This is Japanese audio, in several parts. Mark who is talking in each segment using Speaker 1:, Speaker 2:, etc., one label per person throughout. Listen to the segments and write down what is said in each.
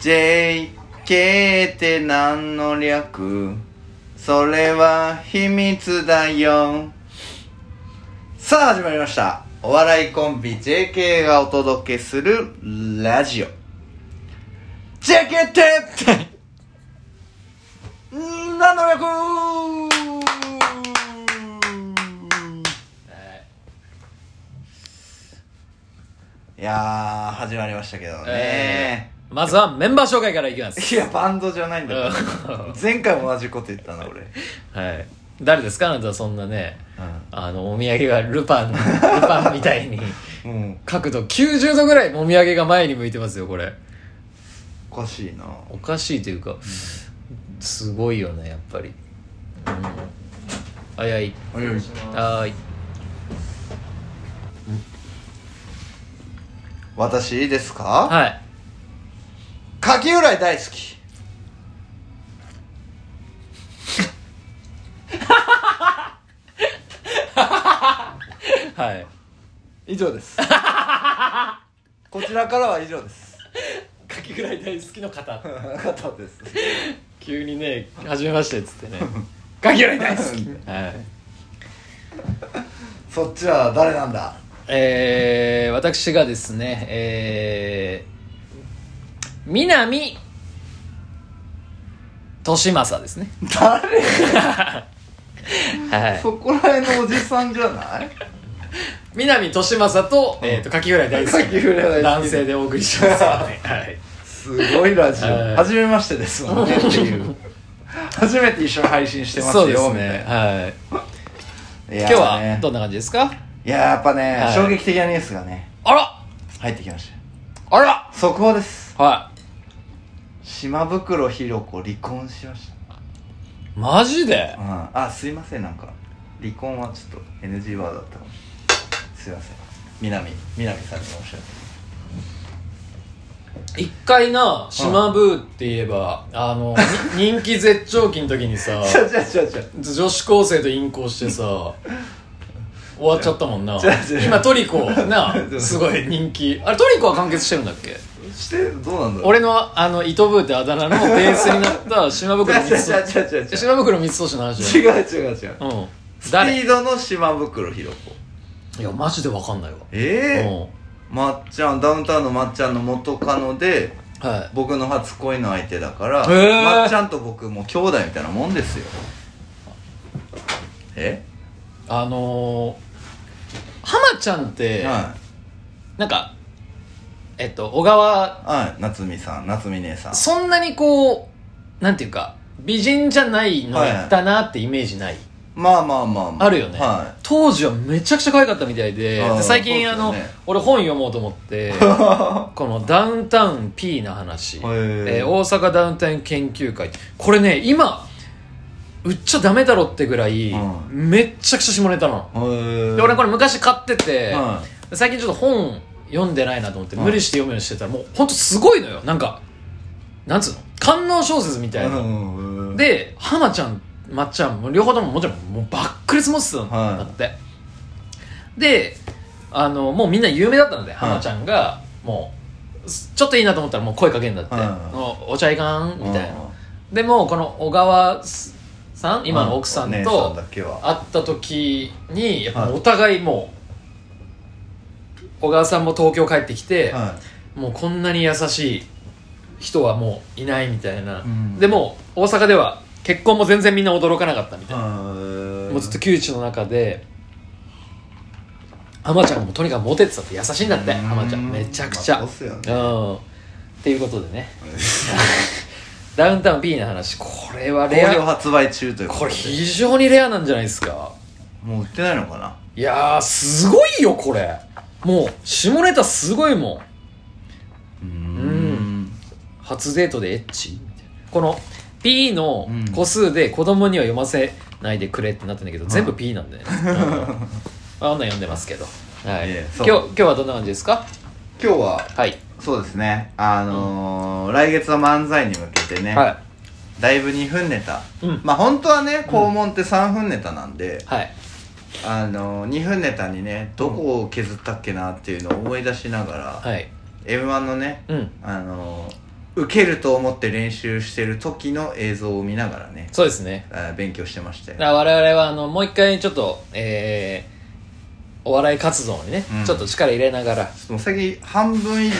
Speaker 1: JK って何の略それは秘密だよさあ始まりましたお笑いコンビ JK がお届けするラジオ JK って何の略いやー始まりましたけどね、
Speaker 2: えーまずはメンバー紹介からいきます。
Speaker 1: いや、バンドじゃないんだか
Speaker 2: う
Speaker 1: ら
Speaker 2: ん。
Speaker 1: 前回も同じこと言ったな、俺。うん。
Speaker 2: はい。誰ですかあなたはそんなね、あの、お土産がルパン、ル パンみたいに、
Speaker 1: うん。
Speaker 2: 角度90度ぐらいもみあげが前に向いてますよ、これ。
Speaker 1: おかしいな。
Speaker 2: おかしいというか、すごいよね、やっぱり。うん。あいあい。はーい。
Speaker 1: 私いいですか
Speaker 2: はい。
Speaker 1: かき浦い大好き。
Speaker 2: はい。
Speaker 1: 以上 です。こちらからは以上です。
Speaker 2: カキフライ大好き の方。
Speaker 1: 方です。
Speaker 2: 急にね、初めましてっつってね。カキフライ大 好き。はい。
Speaker 1: そっちは誰なんだ
Speaker 2: えー、私がですね、えー、南俊正ですね。
Speaker 1: 誰
Speaker 2: はい。
Speaker 1: そこら辺のおじさんじゃない
Speaker 2: 南俊正と、えーと、柿浦大好きな。
Speaker 1: 柿浦大好き
Speaker 2: 男性でお送りしますからね。はい。
Speaker 1: すごいラジオ
Speaker 2: はい。
Speaker 1: 初めましてですもんねっていう。初めて一緒に配信してますよ、
Speaker 2: そうです
Speaker 1: みた
Speaker 2: ね
Speaker 1: い。な。
Speaker 2: はい。
Speaker 1: 今
Speaker 2: 今日はどんな感じですか
Speaker 1: いややっぱね、
Speaker 2: はい
Speaker 1: 衝撃的なニュースがね、
Speaker 2: あら
Speaker 1: 入ってきましたよ。
Speaker 2: あら
Speaker 1: 速報です
Speaker 2: は
Speaker 1: 島袋ひろ子離婚しまし
Speaker 2: い。マジで
Speaker 1: た、うん、あすいませんなんか離婚はちょっと NG ワードだったかもすいません南南さんに申し
Speaker 2: 一回な、島ブーって言えば、あの、に 人気絶頂期の時にさ、
Speaker 1: 訳ない違う違う違う違う
Speaker 2: 女子高生と淫行し てさ終わっちゃったもんな
Speaker 1: 違う違う
Speaker 2: 今トリコ な
Speaker 1: 違う
Speaker 2: すごい人気あれトリコは完結してるんだっけ
Speaker 1: してどうなんだろう
Speaker 2: 俺のあの糸ブーってあだ名のベースになった島袋 光
Speaker 1: 違う違う違う違う違
Speaker 2: 俊島袋光俊の話
Speaker 1: う
Speaker 2: だよ
Speaker 1: 違う違う違う
Speaker 2: うん
Speaker 1: スピ
Speaker 2: 誰い
Speaker 1: ードの島袋ひろ子
Speaker 2: やマジでわかんないわ
Speaker 1: ええ
Speaker 2: う
Speaker 1: まっちゃんダウンタウンのまっちゃんの元カノで
Speaker 2: んはい
Speaker 1: 僕の初恋の相手だから、
Speaker 2: へえ
Speaker 1: まっちゃんと僕もう兄弟みたいなもんですよえ
Speaker 2: あのー浜ちゃんって
Speaker 1: はい
Speaker 2: なんかえっと小川
Speaker 1: はい、夏美さん、夏美姉さん。
Speaker 2: そんなにこうなんていうか美人じゃないのやったなってイメージない
Speaker 1: まあまあまあ、ま
Speaker 2: あるよね
Speaker 1: は
Speaker 2: 当時はめちゃくちゃ可愛かったみたいで
Speaker 1: あー
Speaker 2: で最近、
Speaker 1: そうっ
Speaker 2: あ
Speaker 1: すよ
Speaker 2: の
Speaker 1: ね
Speaker 2: 俺本読もうと思って このダウンタウン P の話、え
Speaker 1: ー
Speaker 2: ー大阪ダウンタウン研究会これね今売っちゃダメだろってぐらい、
Speaker 1: う
Speaker 2: めっちゃくちゃ下ネタなの、
Speaker 1: い。へ
Speaker 2: で俺これ昔買ってて、
Speaker 1: は
Speaker 2: 最近ちょっと本読んでないなと思って
Speaker 1: うん
Speaker 2: 無理して読むようにしてたらもうほんとすごいのよなんかなんつうの官能小説み
Speaker 1: い。
Speaker 2: たいな、
Speaker 1: うん
Speaker 2: で浜ちゃんまっちゃんも両方とももちろんもうばっくり積もってたんだって、であのもうみんな有名だったので
Speaker 1: はい
Speaker 2: 浜ちゃんがもうすちょっといいなと思ったらもう声かけるんだって「
Speaker 1: はい
Speaker 2: おお茶いかん?」みたいな、でもこの小川さん今の奥
Speaker 1: う
Speaker 2: さん
Speaker 1: んお姉さん
Speaker 2: と
Speaker 1: だけは。
Speaker 2: 会った時にやっぱ
Speaker 1: はい
Speaker 2: お互いもう小川さんも東京帰ってきて、
Speaker 1: は
Speaker 2: もうこんなに優しい人はもういないみたいな、
Speaker 1: うん
Speaker 2: でも大阪では結婚も全然みんな驚かなかったみ
Speaker 1: い。
Speaker 2: たいな、
Speaker 1: も
Speaker 2: もうずっと窮地の中で浜ちゃんがもうとにかくモテてたって優しいんだって浜ちゃんめちゃくちゃ、
Speaker 1: そうっすよね。
Speaker 2: うんっていうことでねダウンタウン B の話これは
Speaker 1: 好
Speaker 2: レ
Speaker 1: 評
Speaker 2: ア
Speaker 1: 発売中という
Speaker 2: こ
Speaker 1: こと
Speaker 2: れ
Speaker 1: で。
Speaker 2: 非常にレアなんじゃないですか
Speaker 1: もう売ってないのかない
Speaker 2: やーすごいよこれもう下ネタすごいも
Speaker 1: う
Speaker 2: ん
Speaker 1: ー
Speaker 2: ん。初デートでエッチみたいなこの P の
Speaker 1: うん
Speaker 2: 個数で子供には読ませないでくれってなってんだけど、
Speaker 1: ん
Speaker 2: 全部 P なんだ よね、うん、あんなん読んでますけど、はい
Speaker 1: いえそ
Speaker 2: 今
Speaker 1: う
Speaker 2: 日今日はどんな感じですか
Speaker 1: 今日は、
Speaker 2: はい、
Speaker 1: そうですね、あのー、来月は漫才に向けてね、
Speaker 2: は
Speaker 1: だいぶ2分ネタ。
Speaker 2: いうん
Speaker 1: まあ本当はね、肛門って3分ネタなんで、
Speaker 2: はい
Speaker 1: あの2分ネタにねどこを削ったっけなっていうのを思い出しながら、
Speaker 2: はい
Speaker 1: m 1のね
Speaker 2: うん
Speaker 1: あの受けると思って練習してる時の映像を見ながらね
Speaker 2: そうですね
Speaker 1: あー勉強してました
Speaker 2: だ
Speaker 1: よ
Speaker 2: から我々はあのもう一回ちょっとえー、お笑い活動にね、
Speaker 1: うん
Speaker 2: ちょっと力入れながら
Speaker 1: もう最近半分以上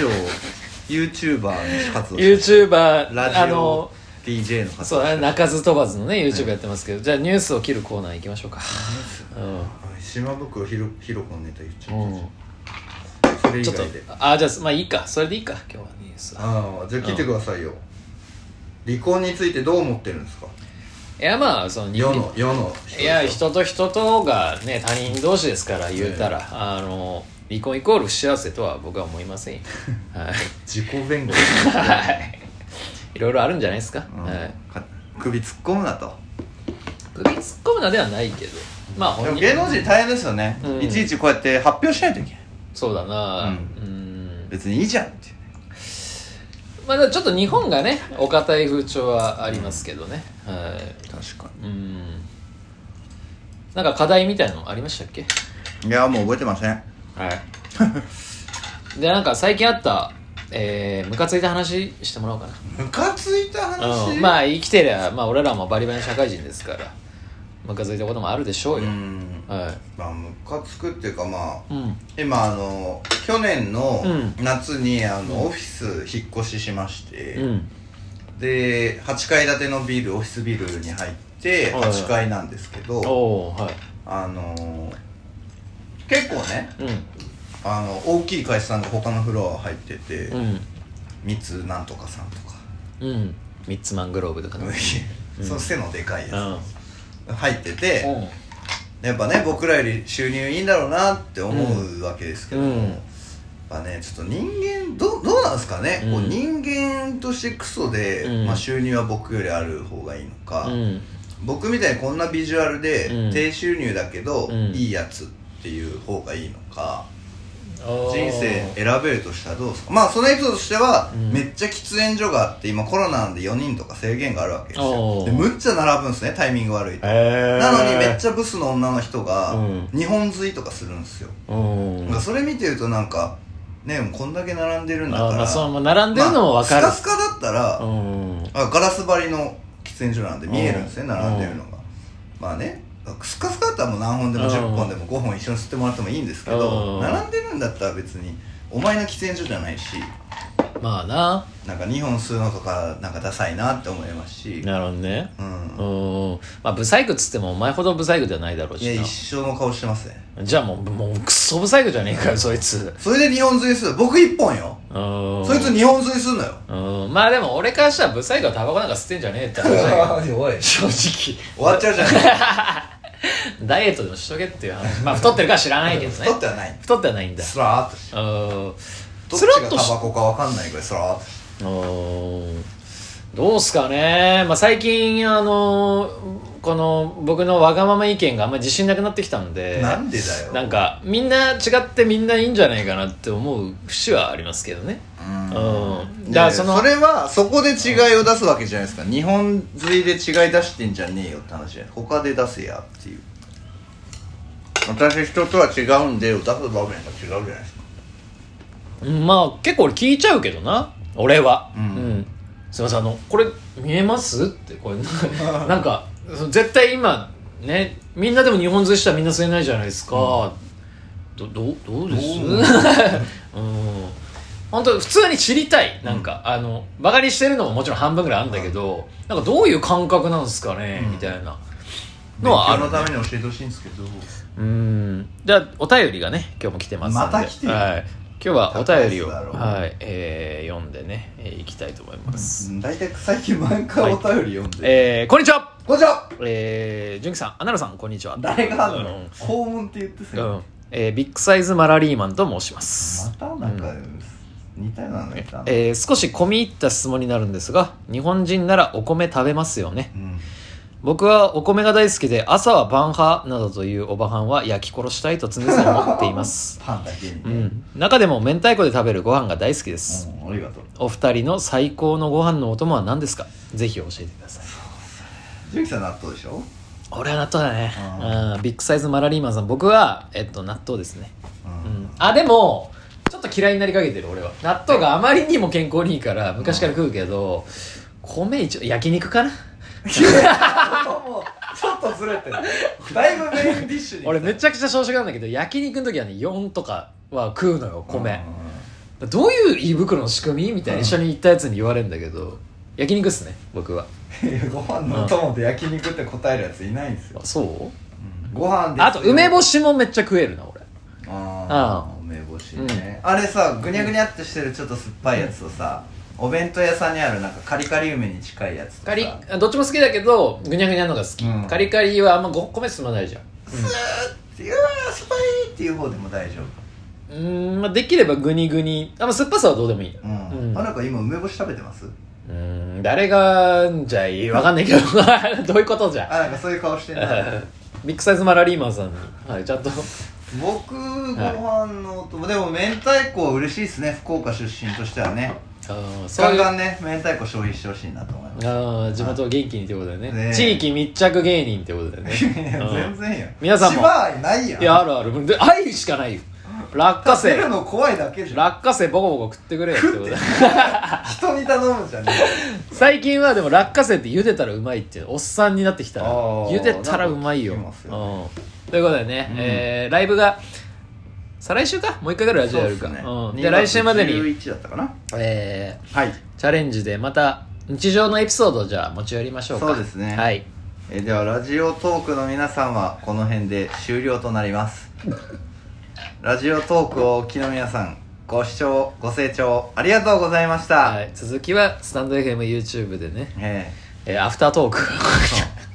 Speaker 1: YouTuber の活動して
Speaker 2: YouTuber
Speaker 1: ラ
Speaker 2: あ
Speaker 1: ジオ
Speaker 2: の
Speaker 1: DJ の活動
Speaker 2: そ うだね鳴かず飛ばずのね YouTube やってますけど、じゃあニュースを切るコーナー行きましょうかう
Speaker 1: 島袋ひろひろこのネタ言っちゃっ
Speaker 2: ん、うん
Speaker 1: た、それ以
Speaker 2: ちょっと
Speaker 1: 外で
Speaker 2: あじゃあまあいいかそれでいいか今日はニュースは
Speaker 1: ああじゃあ聞いてくださいよ、離婚についてどう思ってるんですか
Speaker 2: いやまあその
Speaker 1: 世の世の人
Speaker 2: いや人と人とがね他人同士ですから言うたら、あの離婚イコール不幸せとは僕は思いま せんよはい
Speaker 1: 自己弁護
Speaker 2: はいいろいろあるんじゃないですか、
Speaker 1: うん
Speaker 2: はい、
Speaker 1: か首突っ込むなと
Speaker 2: 首突っ込むなではないけどま
Speaker 1: で
Speaker 2: あ本
Speaker 1: も
Speaker 2: 人
Speaker 1: 芸能人大変ですよね、
Speaker 2: うん
Speaker 1: いちいちこうやって発表しないといけない
Speaker 2: そうだな
Speaker 1: う
Speaker 2: うんん
Speaker 1: 別にいいじゃんっていうね
Speaker 2: まあでもちょっと日本がねお堅い風潮はありますけどね、はい
Speaker 1: 確か
Speaker 2: うんなんか課題みたいなのありましたっけ
Speaker 1: にいやもう覚えてません
Speaker 2: はい。で、なんか最近あった、えー、ムカついた話してもらおうかな。
Speaker 1: ムカついた話、
Speaker 2: うん、まあ、生きてりゃ、まあ、俺らもバリバリの社会人ですから、ムカついたこともあるでしょ
Speaker 1: う
Speaker 2: うよ。
Speaker 1: ん
Speaker 2: は
Speaker 1: まあムカつくっていうかまあ
Speaker 2: い。うん。
Speaker 1: 今あの去年の
Speaker 2: う
Speaker 1: 夏にあの、オフィス引っ越ししまして、
Speaker 2: うん。
Speaker 1: で8階建てのビルオフィスビルに入って
Speaker 2: はい
Speaker 1: 8階なんですけど、
Speaker 2: おおはい。
Speaker 1: あの結構ね
Speaker 2: う
Speaker 1: あの大きい会社さんが他のフロア入ってて、
Speaker 2: ん。うん。
Speaker 1: 三つなんとかさんとか、
Speaker 2: うん。ミッツマングローブとかね。うん
Speaker 1: その背のでかい
Speaker 2: うん。
Speaker 1: やつ入ってて、
Speaker 2: うん
Speaker 1: やっぱね僕らより収入いいんだろうなって思うわけですけども、
Speaker 2: うん
Speaker 1: やっぱねちょっと人間どうどうなんですかね、
Speaker 2: うん
Speaker 1: こう人間としてクソで、
Speaker 2: うん
Speaker 1: まあ、収入は僕よりある方がいいのか、
Speaker 2: うん。
Speaker 1: 僕みたいにこんなビジュアルで、
Speaker 2: うん
Speaker 1: 低収入だけど、
Speaker 2: うん
Speaker 1: いいやつっていう方がいいのか、
Speaker 2: おー
Speaker 1: 人生選べるとしたらどうですかまあその人としては、
Speaker 2: うん
Speaker 1: めっちゃ喫煙所があって今コロナなんで4人とか制限があるわけですよ
Speaker 2: おー
Speaker 1: でむっちゃ並ぶんですねタイミング悪いと、
Speaker 2: えー、
Speaker 1: なのにめっちゃブスの女の人が
Speaker 2: うん
Speaker 1: 日本吸いとかするんですよ、
Speaker 2: ゃ。うん。
Speaker 1: なんかそれ見てるとなんかねもうこんだけ並んでるんだか
Speaker 2: あ
Speaker 1: ら
Speaker 2: まあ、そのまあ、並んでるのもわかる。
Speaker 1: まあスカスカだったら、
Speaker 2: うん。
Speaker 1: あガラス張りの喫煙所なんで見えるんですね
Speaker 2: うん
Speaker 1: 並んでるのがまあねスカスカだったらもう何本でも
Speaker 2: うん
Speaker 1: 10本でも5本一緒に吸ってもらってもいいんですけど
Speaker 2: うん
Speaker 1: 並んでるんだったら別にお前の喫煙所じゃないし
Speaker 2: まあな。
Speaker 1: なんか2本吸うのとかなんかダサいなって思いますし
Speaker 2: なるほどね。
Speaker 1: うん
Speaker 2: うんまあ、ブサイクっつってもお前ほどブサイクではないだろう
Speaker 1: いや
Speaker 2: し
Speaker 1: 一生の顔してますね
Speaker 2: なじゃあもうもうクソブサイクじゃねえかよそいつ
Speaker 1: それで日本吸いする僕1本よ
Speaker 2: うん
Speaker 1: そいつ日本吸いするのよ
Speaker 2: うんまあでも俺からしたらブサイクはタバコなんか吸ってんじゃねえって話だけ ど
Speaker 1: 弱い
Speaker 2: 正直
Speaker 1: 終わっちゃうじゃな い
Speaker 2: ダイエットでもしとけっていう話まあ太ってるかは知らないけどね
Speaker 1: 太ってはない
Speaker 2: 太ってはないんだ
Speaker 1: スラーっとして
Speaker 2: うん
Speaker 1: どっ
Speaker 2: スラ
Speaker 1: ち
Speaker 2: ッ
Speaker 1: が
Speaker 2: と
Speaker 1: タ
Speaker 2: し
Speaker 1: バコかわかんないぐらいスラーっとして
Speaker 2: うんどうすかね、まあ、最近あのこの僕のわがまま意見があんまり自信なくなってきたんで
Speaker 1: なんでだよ
Speaker 2: なんかみんな違ってみんないいんじゃないかなって思う節はありますけどねうん
Speaker 1: だか
Speaker 2: だからら
Speaker 1: そ
Speaker 2: その
Speaker 1: れはそこで違いを出すわけじゃないですか日本釣りで違い出してんじゃねえよって話じゃない他で出せやっていう私人とは違うんで出す場面が違うじゃないですか
Speaker 2: うんまあ結構俺聞いちゃうけどな俺は
Speaker 1: う
Speaker 2: うんん、すいませんあのこれ見えますってこれななんかその 絶対今ねみんなでも日本図したらみんな吸えないじゃないですか、どどどうです
Speaker 1: どう
Speaker 2: うん本当普通に知りたいなんか、あのバカにしてるのももちろん半分ぐらいあるんだけど、なんかどういう感覚なんですかね、
Speaker 1: うん
Speaker 2: みたいな
Speaker 1: 勉
Speaker 2: のはあ
Speaker 1: 強
Speaker 2: る、
Speaker 1: の
Speaker 2: ね、
Speaker 1: ために教えてほしいんですけど
Speaker 2: うんじゃあお便りがね今日も来てますんで
Speaker 1: また来てる
Speaker 2: はい、今日はお便りを、
Speaker 1: 高安だろう
Speaker 2: はいえー読んでね、えーいきたいと思います、
Speaker 1: うん大体最近毎回お便り読んで、
Speaker 2: えーこんにちは
Speaker 1: こんにちは
Speaker 2: えー、純喜さんアナルさんこんにちは
Speaker 1: 誰があん
Speaker 2: う
Speaker 1: の
Speaker 2: ん
Speaker 1: 肛門って言ってさ、
Speaker 2: うんえービッグサイズマラリーマンと申します
Speaker 1: またなんか、似たようなのやったな
Speaker 2: えー少し込み入った質問になるんですが日本人ならお米食べますよね
Speaker 1: うん
Speaker 2: 僕はお米が大好きで朝はバンハなどというおばはんは焼き殺したいと常々思っています
Speaker 1: パンだけに
Speaker 2: う
Speaker 1: ね、
Speaker 2: ん、中でも明太子で食べるご飯が大好きです、
Speaker 1: うんありがとう
Speaker 2: お二人の最高のご飯のお供は何ですかぜひ教えてください
Speaker 1: 純喜さん納豆でしょ
Speaker 2: 俺は納豆だね
Speaker 1: あ
Speaker 2: うんビッグサイズマラリーマンさん僕は、えっと、納豆ですね、
Speaker 1: う
Speaker 2: うんん、あでもちょっと嫌いになりかけてる俺は納豆があまりにも健康にいいから昔から食うけど米一応焼肉かな
Speaker 1: もうちょっとずれてるだいぶメインディッシュに
Speaker 2: 俺めちゃくちゃ小食なんだけど焼肉の時はね4とかは食うのよ米、どういう胃袋の仕組みみたいな一緒に行ったやつに言われるんだけど焼肉っすね僕は
Speaker 1: うんいやご飯のお供で焼肉って答えるやついないんですよ
Speaker 2: そう
Speaker 1: うんご飯です
Speaker 2: あと梅干しもめっちゃ食えるな俺
Speaker 1: ああ梅干しね、あれさぐにゃぐにゃってしてるちょっと酸っぱいやつとさ、お弁当屋さんにあるなんかカリカリ梅に近いやつとさ
Speaker 2: カリあどっちも好きだけどぐにゃぐにゃのが好き、
Speaker 1: うん
Speaker 2: カリカリはあんまご米進まないじゃん
Speaker 1: スーっていうわー酸っぱいっていう方でも大丈夫
Speaker 2: うーん、まあ、できればグニグニあんま酸っぱさはどうでもいい
Speaker 1: うん、
Speaker 2: うん
Speaker 1: あなんか今梅干し食べてます
Speaker 2: うーん誰がんじゃいわかんないけど どういうことじゃ
Speaker 1: あなんかそういう顔してんな
Speaker 2: ビッグサイズマラリーマンさんに、はい、ちゃんと
Speaker 1: 僕ご飯のお供、でも明太子嬉しいですね福岡出身としてはね
Speaker 2: あーそ
Speaker 1: ガ
Speaker 2: うい
Speaker 1: ン
Speaker 2: う
Speaker 1: ガ
Speaker 2: あ
Speaker 1: ンね明太子消費してほしいなと思います
Speaker 2: ー地元を元気にってことだよね
Speaker 1: ねえ
Speaker 2: 地域密着芸人ってことだよね
Speaker 1: いや
Speaker 2: う
Speaker 1: 全
Speaker 2: ん
Speaker 1: 然よ
Speaker 2: 皆さんも
Speaker 1: 千葉愛ないやん
Speaker 2: いやあるあるで愛しかないよ落花
Speaker 1: 出る
Speaker 2: 生
Speaker 1: の怖いだけじゃん
Speaker 2: 落花生ボコボコ食ってくれよってことだ
Speaker 1: 人に頼むじゃんね
Speaker 2: 最近はでも落花生って茹でたらうまいっておっさんになってきたら
Speaker 1: あー
Speaker 2: 茹でたらうまいよ
Speaker 1: なんか聞きますよ
Speaker 2: うん、ということでね、
Speaker 1: うん
Speaker 2: えーライブが再来週かもう一回ぐらいラジオやるか
Speaker 1: そうっすね
Speaker 2: うん、
Speaker 1: 2
Speaker 2: で
Speaker 1: 月
Speaker 2: 来週までに、
Speaker 1: 11だったかな
Speaker 2: え
Speaker 1: はい、
Speaker 2: ーチャレンジでまた日常のエピソードをじゃあ持ち寄りましょうか
Speaker 1: そうですね
Speaker 2: はい
Speaker 1: えーではラジオトークの皆さんはこの辺で終了となります ラジオトークをお聞きの皆さんご視聴ご清聴ありがとうございました、
Speaker 2: はい、続きはスタンド FMYouTube でね、
Speaker 1: え
Speaker 2: えーアフタ ートーク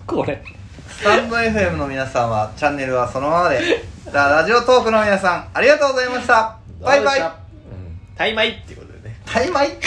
Speaker 2: これ
Speaker 1: ースタンド FM の皆さんはチャンネルはそのままでじゃあラジオトークの皆さんありがとうございましたバイバイ
Speaker 2: うん、タイマイっていうことでね
Speaker 1: タイマイ